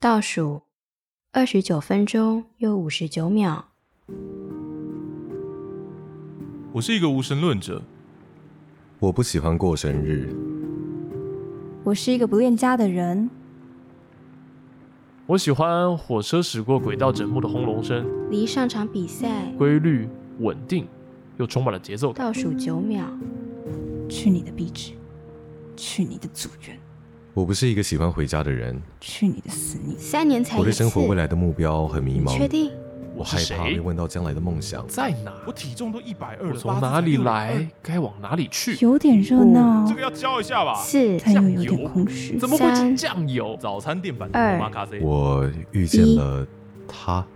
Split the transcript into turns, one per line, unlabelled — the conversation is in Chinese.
倒数二十九分钟又五十九秒。
我是一个无神论者，
我不喜欢过生日，
我是一个不恋家的人，
我喜欢火车驶过轨道枕木的轰隆声，
离上场比赛
规律、稳定，又充满了节奏感。
倒数九秒。
去你的壁纸，去你的组员，
我不是一个喜欢回家的人。
去你的死你！
三年才一次。
我对生活未来的目标很迷
你
茫，
确定？
我
是
害怕
谁
被？问到将来的梦想。
在哪？
我体重都一百二
我
了，
从哪里来？？该往哪里去？
有点热闹
这，个要教一下吧。
四
但
哦
又
酱
有点
油
空虚
怎。么会
三
是酱油？
早餐店版的
二
马咖啡，
我遇见了他，